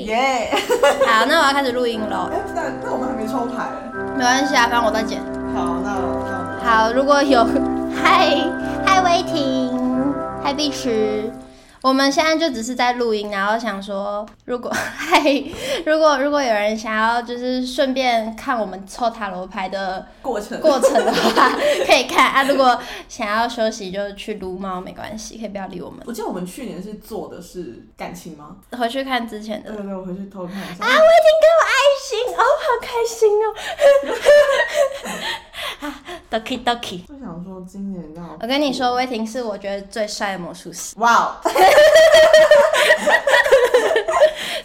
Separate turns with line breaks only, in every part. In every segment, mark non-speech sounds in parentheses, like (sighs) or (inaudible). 耶！
好，那我要开始录音喽。
哎，但哎但我们还没抽牌哎。
没关系啊，反正我在剪。
好，那那
好，如果有， (laughs) 嗨嗨威婷，嗨碧池，我们现在就只是在录音，然后想说，如果 (laughs) 嗨，如果如果有人想要就是顺便看我们抽塔罗牌的
过程
过程的话， (laughs) 可以看啊。如果想要休息就去撸猫，没关系，可以不要理我们。
我记得我们去年是做的是感情吗？
回去看之前的。
对对对，我回去偷看一下
呃啊，我。已经给我爱心哦，好开心哦！ (laughs) 啊，doki doki。
就想说今年要……
我跟你说，威霆是我觉得最帅的魔术
(laughs)
师，
哇哦，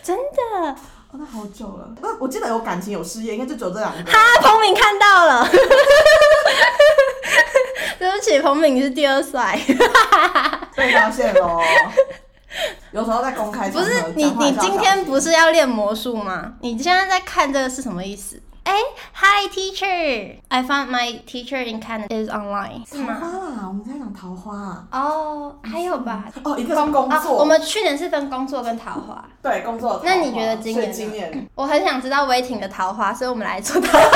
真的。
哦那好久了。那我记得有感情有事业，应该就只有这两个。
啊，彭敏看到了。 (laughs) 对不起，彭敏是第二帅，
被发现喽。有时候在公开
不
场合
是你
讲话
你
要小
今天
心
不是要练魔术吗？你现在在看这个是什么意思？哎、h i teacher, I found my teacher in Canada is online，是
桃
吗？
花啦？我们在讲桃花啊。
哦、还有吧，
哦，一个是工
啊，
作，
我们去年是分工作跟桃花，
对工作的桃花。
那你觉得今年呢
所以今年
我很想知道威霆的桃花，所以我们来做桃花。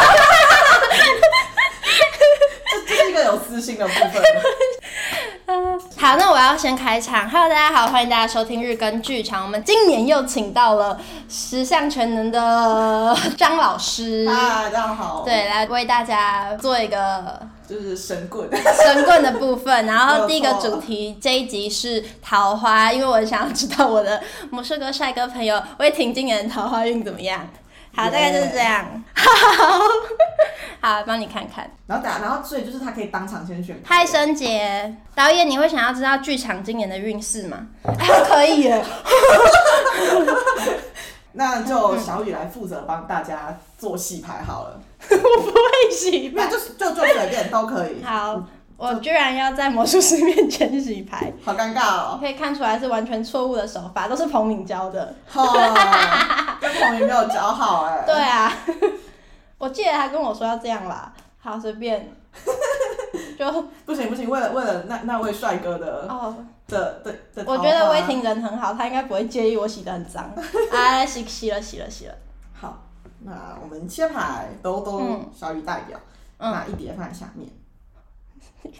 这这是一个有私心的部
(laughs)
分。
嗯好，那我要先开场。Hello，大家好，欢迎大家收听日更剧场。我们今年又请到了十项全能的张老师，
啊，大家好。
对，，来为大家做一个
就是神棍。
神棍的部分。然
没
后
有
第一个
错
主题这一集是桃花，因为我想要知道我的魔术哥帅哥朋友魏婷今年的桃花运怎么样。好，大概就是这样。 (laughs) 好，好，帮你看看。
然后打，然后所以就是他可以当场先选。
嗨，生杰导演，你会想要知道剧场今年的运势
(laughs)
吗？ (laughs) 哎，可以耶。
那
嗯
就小雨来负责帮大家做戏牌好了。
会洗嗯
那就是就就随便都可以。
好，我居然要在魔术师面前洗牌，
好尴尬哦。
(laughs) 可以看出来是完全错误的手法，都是彭敏教的。
哈，跟彭宇没有交好哎、
对啊， (laughs) 我记得他跟我说要这样啦。好，随 (laughs) 便。就
不行不行，为了为了那那位帅哥的
哦，
的的的桃花，
我觉得威霆人很好，他应该不会介意我洗的很 (laughs) 脏。哎，洗洗了，洗了，洗了。
好。那我们切牌都都
嗯
小雨代表，
嗯，
那一叠放在下面，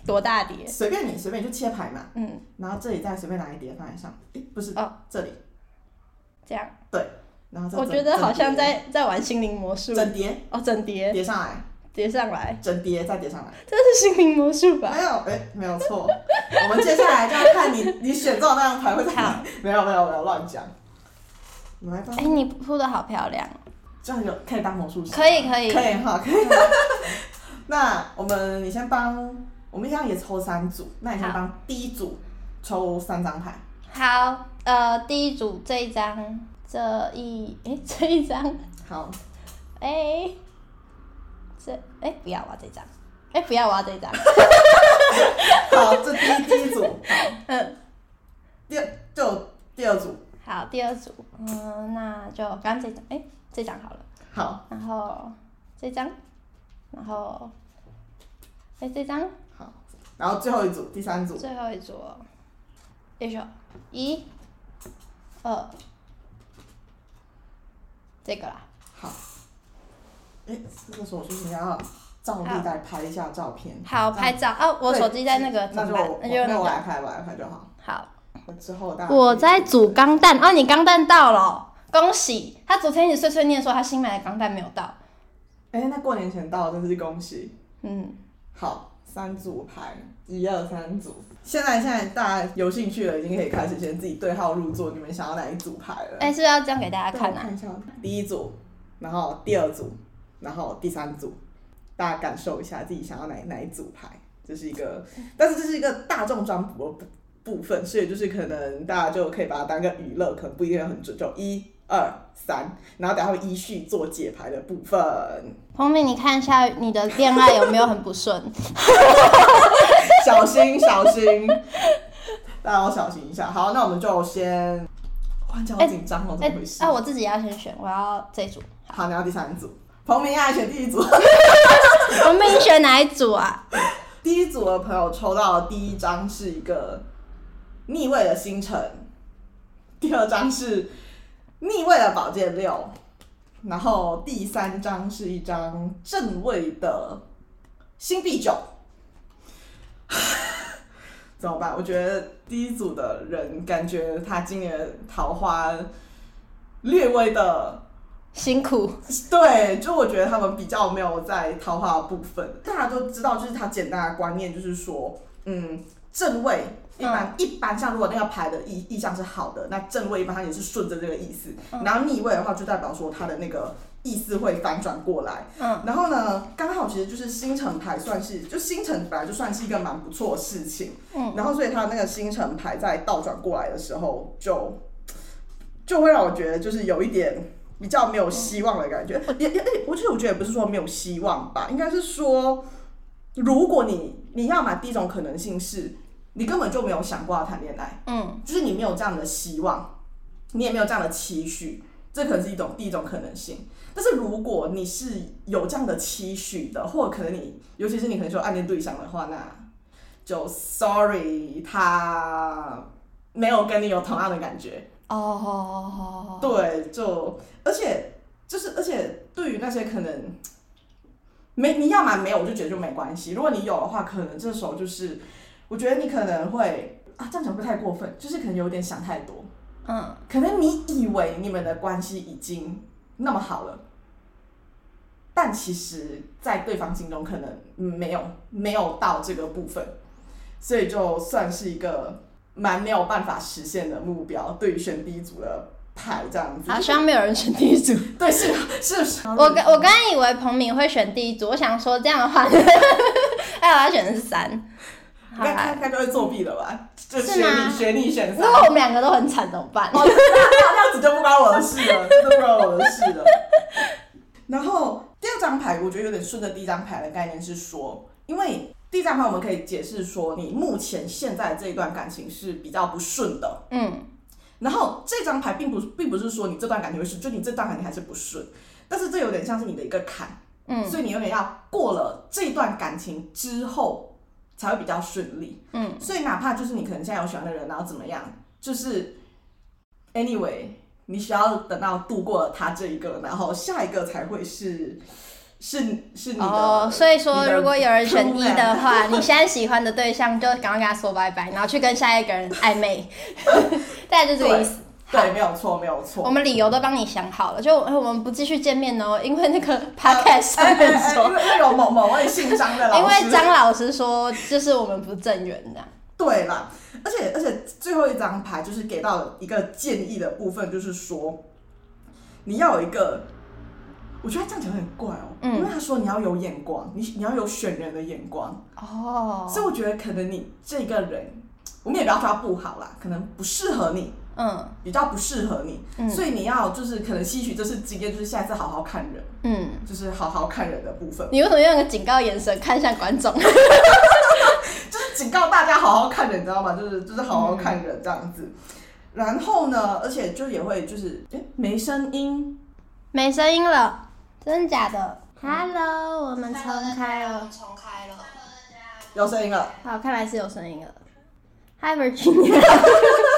多大碟？
随便你随便你就切牌嘛。
嗯，
然后这里再随便拿一叠放在上，诶、不是、
哦
这里，
这样。
然后再
我
整
觉得好像
整叠
在在玩心灵魔术。
整叠
哦，整叠
叠上来，
叠上来，
整叠再叠上来。
这是心灵魔术 (laughs) 吧？
没有，哎、没有错。 (laughs) 我们接下来就要看你 (laughs) 你选中的那张牌会怎
好
样。没有没有没有乱讲。你来吧
哎、，你铺的好漂亮。
这样有可以当魔术师。
可以可以
可以
(laughs)
哈，可以。那我们你先帮，我们一样也抽三组，那你先
好
帮第一组抽三张牌。
好，呃，第一组这一张，这一哎、这一张， (laughs)
好，
哎、这哎、不要我要这张，哎、不要我要这张， (laughs)
好，这第一第一组，好，
嗯，
第二就第二组，
好，第二组，嗯、那就刚刚这张，哎、这张好了，
好
然后这张，然后哎、这张，
好，然后最后一组，第三组，
最后一组哦，一手，一，二，这个啦，
好。哎、这个时候我是不是要照例来拍一下照片？
好，拍照哦，我
对
手机在那个怎
那
么
就
办
我？
那
我
就
那
那
我来
个
拍，我来拍就好。
好。
那之后大家
我
可以
在煮钢蛋哦，你钢蛋到了哦，恭喜！他昨天一直碎碎念说他新买的钢蛋没有到，
哎、那过年前到，真是恭喜！
嗯，
好，三组牌，一二三组。现在现在大家有兴趣了，已经可以开始先自己对号入座，你们想要哪一组牌了？
哎、是不是要这样给大家
对
看
我
啊？
看一下，第一组，然后第二组，然后第三组，大家感受一下自己想要哪哪一组牌。这是一个，但是这是一个大众占卜的部部分，所以就是可能大家就可以把它当个娱乐，可能不一定很准。就一二三，然后等下会依序做解牌的部分。
彭敏，你看一下你的恋爱有没有很不
(laughs)
顺？
小心小 (laughs) 心，大家要小心一下。好，那我们就先，哇，你讲好紧张哦，
哎、
怎么回事？
啊，我自己要先选，我要这组。
好，你要第三组，彭明爱选第一组，
彭敏，你选哪一组啊？
第一组的朋友抽到的第一张是一个逆位的星辰，第二张是逆位的宝剑六，然后第三张是一张正位的星币九。 (sighs) 怎么办？我觉得第一组的人感觉他今年的桃花略微的
辛苦，
(laughs) 对，就我觉得他们比较没有在桃花的部分，大家都知道，就是他简单的观念，就是说，嗯，正位
嗯
一般、一般像如果那个牌的意意向是好的，那正位一般它也是顺着这个意思，
嗯
然后逆位的话就代表说它的那个意思会反转过来，
嗯，
然后呢，刚好其实就是星辰牌算是，就星辰本来就算是一个蛮不错的事情，
嗯，
然后所以它那个星辰牌在倒转过来的时候就就会让我觉得就是有一点比较没有希望的感觉，也也，我其实我觉得也不是说没有希望吧，应该是说，如果你你要嘛第一种可能性是，你根本就没有想过要谈恋爱，
嗯，
就是你没有这样的希望，你也没有这样的期许，这可能是一种第一种可能性。但是如果你是有这样的期许的，或者可能你，尤其是你可能说暗恋对象的话，那就 sorry，他没有跟你有同样的感觉。
哦，
对，就而且就是而且对于那些可能没你要么没有，我就觉得就没关系。如果你有的话，可能这时候就是我觉得你可能会啊，这样讲会不会太过分？就是可能有点想太多，
嗯，
可能你以为你们的关系已经那么好了。但其实，在对方心中可能没有没有到这个部分，所以就算是一个蛮没有办法实现的目标。对于选 B 组的牌这样子，
好像没有人选第一组。
对，是是是，
我刚我刚刚以为彭敏会选第一组，我想说这样的话， (laughs) 哎，我要选的是三。好
该该
啦，
该就会作弊了吧？就是学
吗
你学你选
如
三，
果
哦
我们两个都很惨怎么办？
那那那样子就不关我的事了，真的不关我的事了。然后第二张牌，我觉得有点顺着第一张牌的概念是说，因为第一张牌我们可以解释说，你目前现在这一段感情是比较不顺的，
嗯
然后这张牌并不并不是说你这段感情会顺，就你这段感情还是不顺，但是这有点像是你的一个坎，
嗯
所以你有点要过了这段感情之后才会比较顺利。
嗯，
所以哪怕就是你可能现在有喜欢的人，然后怎么样，就是 anyway，你需要等到度过了他这一个，然后下一个才会是是是你的。
哦，所以说
你的
如果有人选一
true
的
love (laughs)
话，你现在喜欢的对象就赶快跟他说拜拜，然后去跟下一个人暧
(laughs)
昧，大概就这个意思。
对，没有错，
(laughs)
没有
我
错。
们理由都帮你想好了，就哎我们不继续见面哦，因为那
(laughs)
个
哎
podcast
哎
上 (laughs)
哎
面
哎
说，
因为因为有某某位姓张的
因
老师，
为张老师说就是我们不正缘这样。
对啦，而且而且最后一张牌就是给到一个建议的部分，就是说你要有一个，我觉得他这样讲很怪哦、
嗯
因为他说你要有眼光，你你要有选人的眼光，
哦，
所以我觉得可能你这个人，我们也不要说他不好啦，可能不适合你，
嗯
比较不适合你，
嗯
所以你要就是可能吸取这次经验，就是下一次好好看人，
嗯。
就是好好看人的部分，
你为什么用一个警告眼神看向观众？
就是 (laughs) 警告大家好好看人，你知道吗？就是就是好好看人这样子。然后呢，而且就也会就是诶没声音，
没声音了，真的假的？Hello，我们重开哦了，重开了。
有声音了。
好，看来是有声音了。Hi Virginia，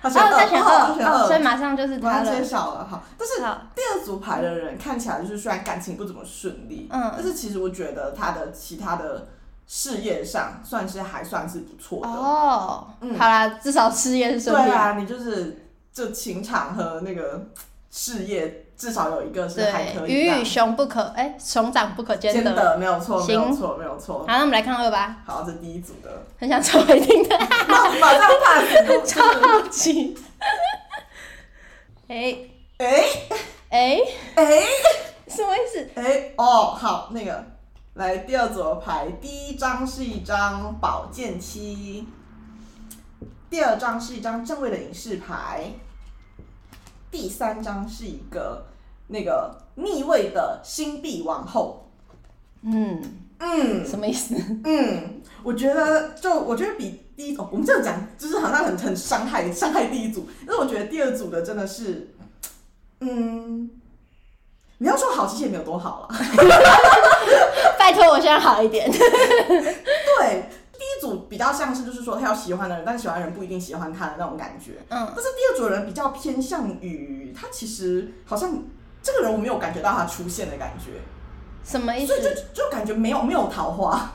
他选
哦，
二，
他选
哦他选
二，哦，所以
二，
马上就是
马
他
上
了
揭。晓了。好，但是
好，
第二组牌的人看起来就是虽然感情不怎么顺利，
嗯
但是其实我觉得他的其他的事业上算是还算是不错的。
哦，
嗯
好啦，至少事业是顺利
对
的。
啊，你就是就情场和那个事业，至少有一个是还
对，
可以
鱼与
的。
熊不可，哎、熊掌不可兼
真
得。好，
的没有错，没
行
有错，没有错。
那我们来看二吧，
好，这第一组的，
很想抽一定 (laughs) 的，
马马上 pass 就
超好 (laughs) 奇。哎
哎
哎，
哎
什么意思？
哎哦，好，那个来第二组的牌，第一张是一张宝剑七，第二张是一张正位的影视牌，第三张是一个那个逆位的星币王后。
嗯，
嗯
什么意思？ (laughs)
嗯，我觉得就我觉得比第一组，我们这样讲就是好像很很伤害伤害第一组，但是我觉得第二组的真的是，嗯，你要说好，其实也没有多好啊了。
拜托，我现在好一点。
(laughs)
(laughs)
对，第一组比较像是就是说他有喜欢的人，但喜欢的人不一定喜欢他的那种感觉。
嗯
但是第二组的人比较偏向于他其实好像这个人我没有感觉到他出现的感觉，
什么意
所以就
思？
就感觉没有没有桃花。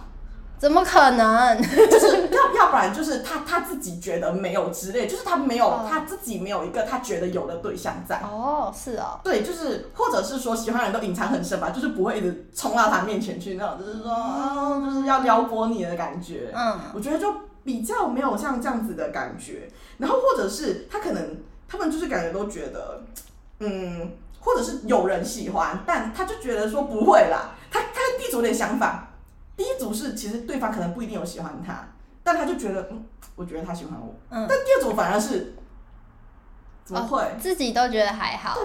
怎么可能？
就是要要不然就是他他自己觉得没有之类，就是他没有、
哦
他自己没有一个他觉得有的对象在。
哦，是哦，
对，就是或者是说喜欢的人都隐藏很深吧，就是不会一直冲到他面前去那种，就是说、啊就是要撩拨你的感觉。
嗯，
我觉得就比较没有像这样子的感觉，然后或者是他可能他们就是感觉都觉得，嗯，或者是有人喜欢，但他就觉得说不会啦，他他跟地主有点相反，第一组是其实对方可能不一定有喜欢他，但他就觉得嗯，我觉得他喜欢我，
嗯哦
但第二组反而是怎么会？
自己都觉得还好。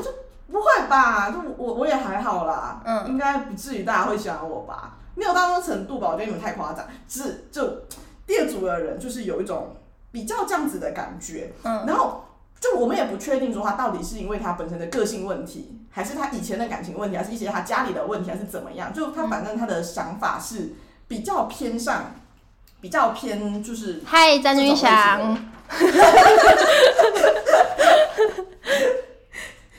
不会吧？就我我也还好啦，
嗯
应该不至于大家会喜欢我吧？没有到那种程度吧？我觉得你们太夸张。是就第二组的人就是有一种比较这样子的感觉，
嗯
然后就我们也不确定说他到底是因为他本身的个性问题，还是他以前的感情问题，还是一些他家里的问题，还是怎么样？就他反正他的想法是比较偏上，比较偏就是
嗨，詹君祥，
(laughs)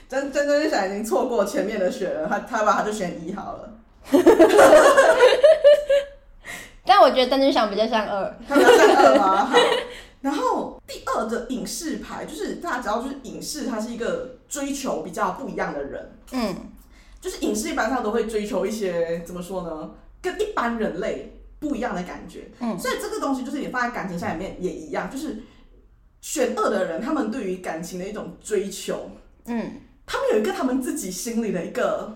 真真真想已经错过前面的选了，他他吧他就选一好了。
但我觉得詹君祥比较像二。
他比较像二吗？好然后第二的影视牌就是大家知道，就是影视它是一个追求比较不一样的人，
嗯，
就是影视一般上都会追求一些怎么说呢，跟一般人类不一样的感觉。
嗯
所以这个东西就是你放在感情上里面也一样，就是选二的人他们对于感情的一种追求，
嗯，
他们有一个他们自己心里的一个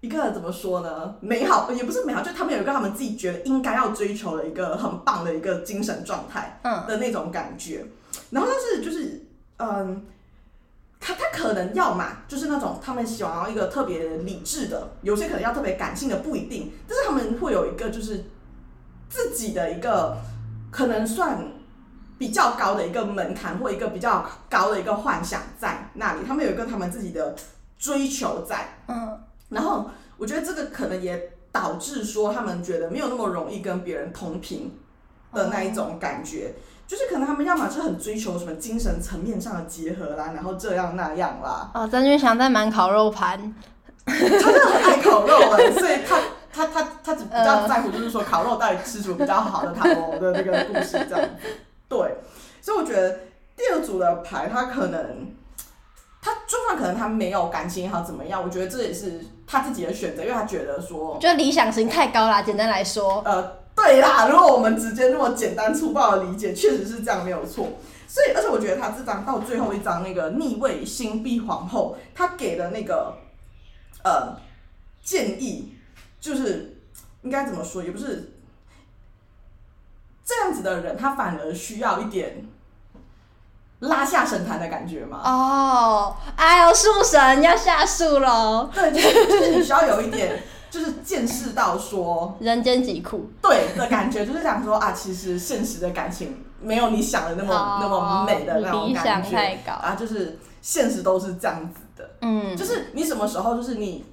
一个怎么说呢？美好也不是美好，就他们有一个他们自己觉得应该要追求的一个很棒的一个精神状态，
嗯
的那种感觉。然后但是就是嗯。他他可能要嘛，就是那种他们喜欢要一个特别理智的，有些可能要特别感性的，不一定。但是他们会有一个就是自己的一个可能算比较高的一个门槛或一个比较高的一个幻想在那里，他们有一个他们自己的追求在。
嗯，
然后我觉得这个可能也导致说他们觉得没有那么容易跟别人同频的那一种感觉。就是可能他们要么是很追求什么精神层面上的结合啦，然后这样那样啦，
哦，詹君祥在满烤肉盘。
他真的很爱烤肉哎、所以他他他他只比较在乎就是说烤肉到底吃什么比较好的塔罗的那个故事这样子。对，所以我觉得第二组的牌，他可能他就算可能他没有感情也好怎么样，我觉得这也是他自己的选择，因为他觉得说，
就理想型太高啦，简单来说，
呃，对啦，如果我们直接那么简单粗暴的理解，确实是这样没有错。所以，而且我觉得他这张到最后一张那个逆位星币皇后，他给的那个呃建议，就是应该怎么说，也不是这样子的人，他反而需要一点拉下神坛的感觉嘛。
哦，哎呦，树神要下树喽，
对，就是就是你需要有一点，就是见识到说，
人间疾苦，
对的感觉，就是想说啊，其实现实的感情没有你想的那么、
哦
那么美的那种
理
感
想
觉
太高
啊，就是现实都是这样子的，
嗯，
就是你什么时候就是你。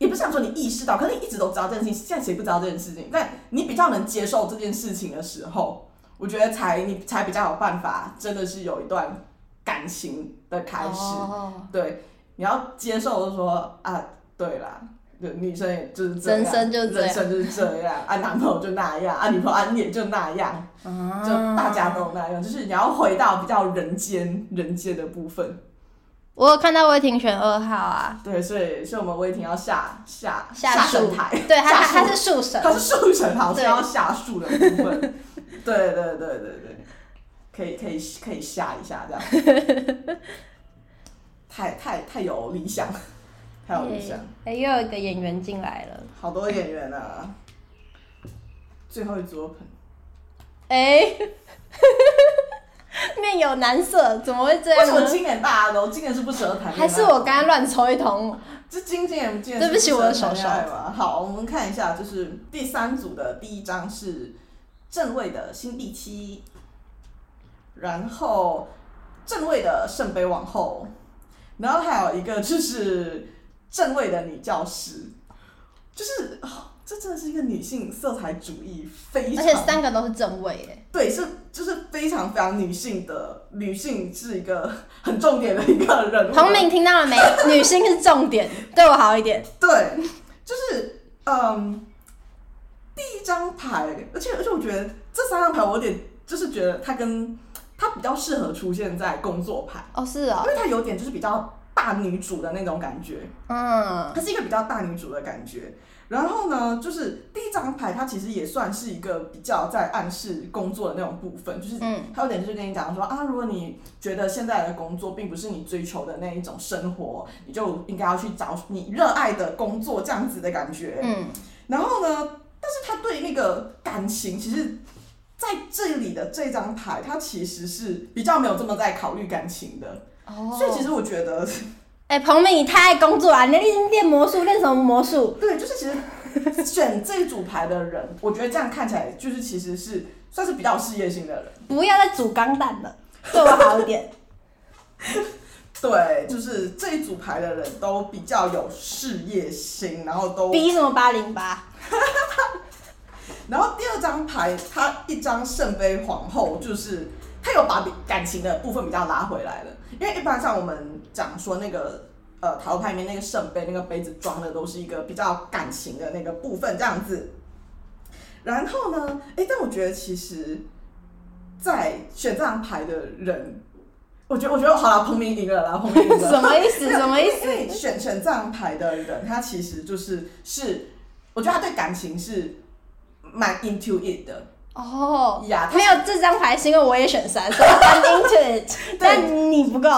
也不是想说你意识到，可是你一直都知道这件事情，现在谁不知道这件事情？但你比较能接受这件事情的时候，我觉得才你才比较有办法，真的是有一段感情的开始。
哦
对，你要接受说啊，对啦，就女生也就是这样，
人生就这样
人生就是这样啊，男朋友就那样啊，女朋友啊你也就那样，
啊
就大家都那样，就是你要回到比较人间人间的部分。
我有看到魏婷选二号啊，
对，所以所以我们威霆要下下
下
神
树
台，
对，他
下
他
树
他是树神，
他是树神，好像
对
要下树的部分。对对对对对，可以可以可以下一下这样。
(laughs)
太太太有理想，太有理想。
哎，又有一个演员进来了，
好多演员啊！最后一组 open，
哎， (laughs) 面有难色，怎么会这
为什
样
么
呢？
今年大家都今年是不适合谈恋爱？
还是我刚刚乱抽一通，
这今天不见，
对不起我的手手
嘛。好，我们看一下，就是第三组的第一张是正位的新第七，然后正位的圣杯王后，然后还有一个就是正位的女教师，就是、哦、这真的是一个女性色彩主义非
而
常
且三个都是正位耶，
对，是就是非常非常女性的，女性是一个 (laughs) 很重点的一个人物。
彭敏听到了没？女性是重点，
(laughs)
对我好一点。
对，就是嗯，第一张牌，而且而且我觉得这三张牌我有点就是觉得它跟它比较适合出现在工作牌，
哦，是哦
因，为它有点就是比较大女主的那种感觉。
嗯，
它是一个比较大女主的感觉。然后呢，就是第一张牌，它其实也算是一个比较在暗示工作的那种部分，就是
嗯
它有点就是跟你讲说啊，如果你觉得现在的工作并不是你追求的那一种生活，你就应该要去找你热爱的工作这样子的感觉。
嗯，
然后呢，但是他对那个感情，其实在这里的这张牌，它其实是比较没有这么在考虑感情的。
哦
所以其实我觉得。
哎、彭敏，你太爱工作啊！你练练魔术，练什么魔术？
对，就是其实选这一组牌的人，我觉得这样看起来就是其实是算是比较有事业心的人。
不要再煮钢蛋了，对我好一
(laughs)
点。
对，就是这一组牌的人都比较有事业心，然后都，
比什么八零八？
然后第二张牌，他一张圣杯皇后，就是他有把感情的部分比较拉回来了，因为一般上我们讲说那个。呃，塔罗牌里面那个圣杯，那个杯子装的都是一个比较感情的那个部分，这样子。然后呢，哎，但我觉得其实，在选这张牌的人，我觉得，我觉得好了，彭明赢了啦，彭明赢了。
什么意思？什么意
因为
思？
选选这张牌的人，他其实就是是，我觉得他对感情是蛮 into it 的
哦。
呀。他
没有这张牌是因为我也选三，所以 (laughs) I'm into it，但你不够。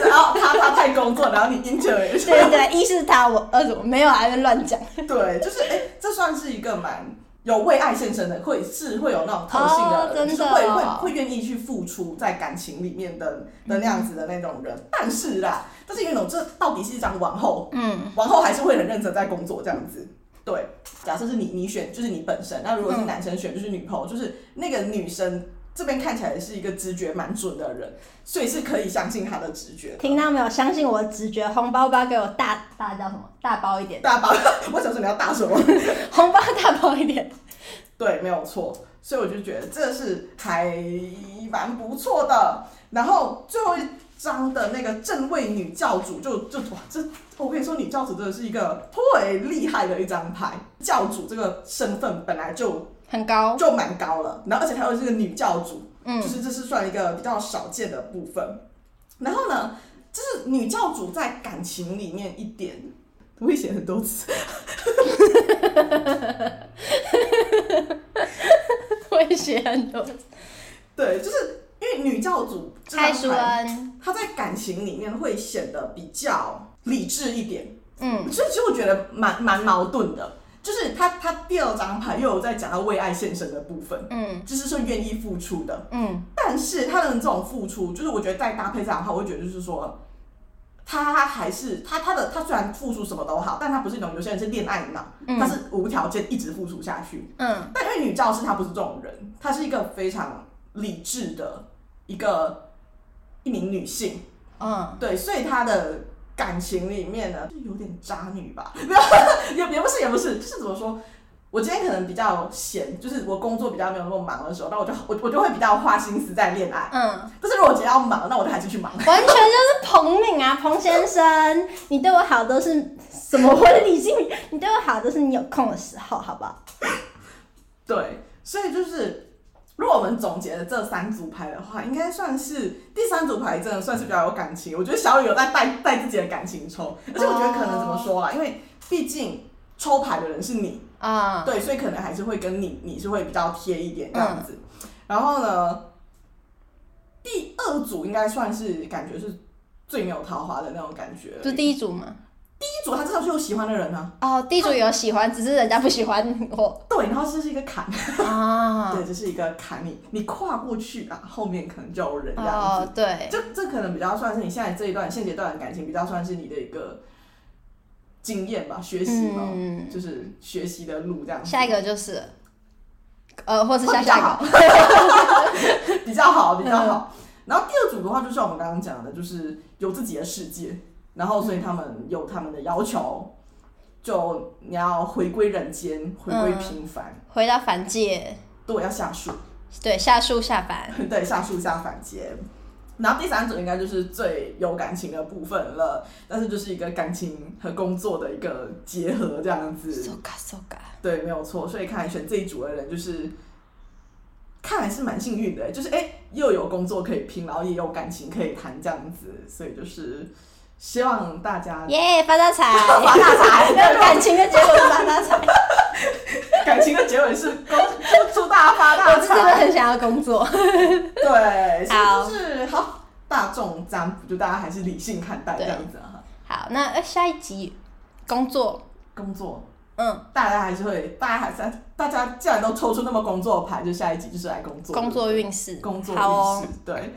然后哦他他太工作，然后你 into
对
it，
对对，一是他，我二是我，没有还在乱讲。
(laughs) 对，就是哎、诶这算是一个蛮有为爱献身的，会是会有那种特性
哦
的人，
真
就是
的
会会
哦
会愿意去付出在感情里面的的那样子的那种人。但是啦，但是有一种这到底是一张王后，
嗯，
王后还是会很认真在工作这样子。对，假设是你你选就是你本身，那如果是
嗯
男生选就是女朋友，就是那个女生这边看起来是一个直觉蛮准的人，所以是可以相信她的直觉的。
听到没有？相信我的直觉，红包包给我大大叫什么？大包一点，
大 (laughs) 包，我想说你要大什么？
红包大包一 (laughs) 点。
对，没有错。所以我就觉得这是还蛮不错的。然后最后一章的那个正位女教主就就哇，这我跟你说，女教主真的是一个颇为厉害的一张牌。教主这个身份本来就
很高，
就蛮高了，然后而且她又是个女教主，
嗯
就是这是算一个比较少见的部分。然后呢，就是女教主在感情里面一点，我也写很多次，
我也学很 (laughs) 多。
对，就是因为女教主这张
蔡淑
牌
恩，
她在感情里面会显得比较理智一点，
嗯，
所以其实我觉得蛮蛮矛盾的，就是她她第二张牌又有在讲到为爱献身的部分，
嗯
就是说愿意付出的，
嗯，
但是她的这种付出，就是我觉得再搭配这样的话，我会觉得就是说，她还是她她的她虽然付出什么都好，但她不是那种有些人是恋爱脑，
嗯
她是无条件一直付出下去。
嗯
但因为女教师她不是这种人，她是一个非常理智的一个一名女性，
嗯，
对，所以她的感情里面呢，就有点渣女吧， (laughs) 也也不是也不是，就是怎么说？我今天可能比较闲，就是我工作比较没有那么忙的时候，那我就我我就会比较花心思在恋爱。
嗯，
但是如果我今天要忙，那我就还是去忙。
完全就是彭敏啊，彭先生，你对我好都是什么？我的理性，你对我好都是你有空的时候，好不好？
对，所以就是，如果我们总结了这三组牌的话，应该算是第三组牌真的算是比较有感情。我觉得小雨有在带带自己的感情抽，而且我觉得可能怎么说啊啦，因为毕竟抽牌的人是你，
啊、
对，所以可能还是会跟你你是会比较贴一点这样子。然后呢，第二组应该算是感觉是最没有桃花的那种感觉。
就第一组嘛。
第一组他至少是有喜欢的人啊，
哦，地主有喜欢，只是人家不喜欢我
对，然后这是一个坎。
啊
对，。这是一个坎，你你跨过去啊，后面可能就有人这样子。
哦，对，
这这可能比较算是你现在这一段现阶段的感情，比较算是你的一个经验吧，学习嘛，
嗯，
就是学习的路这样子。
下一个就是，呃，或是下
会比较
下一嗯
好
个，
(laughs) 比较好，比较好。然后第二组的话，就像我们刚刚讲的，就是有自己的世界，然后所以他们有他们的要求，就你要回归人间，回归平凡，
回到凡界，
对，要下树， (laughs)
对，下树下凡，
对，下树下凡间。然后第三组应该就是最有感情的部分了，但是就是一个感情和工作的一个结合这样子。
so ga so ga，
对，没有错。所以看来选这一组的人就是，看来是蛮幸运的，就是哎、诶又有工作可以拼，然后也有感情可以谈，这样子。所以就是希望大家
耶，发大财，
发大财
(laughs) 有感情的结果是发大财，
感情的结尾是恭祝祝大家发
我
大
是真的
(laughs) 财。
很想要工作，
对，
好
所以就是好。大众占卜就大家还是理性看待这
对
样子啊。
(laughs) 好，那呃下一集工作，
工作
嗯，
大家还是会，大家还是大家既然都抽出那么工作牌，就下一集就是来工作。
工
对
作
不对
运势，
工作运势，
好哦，
对。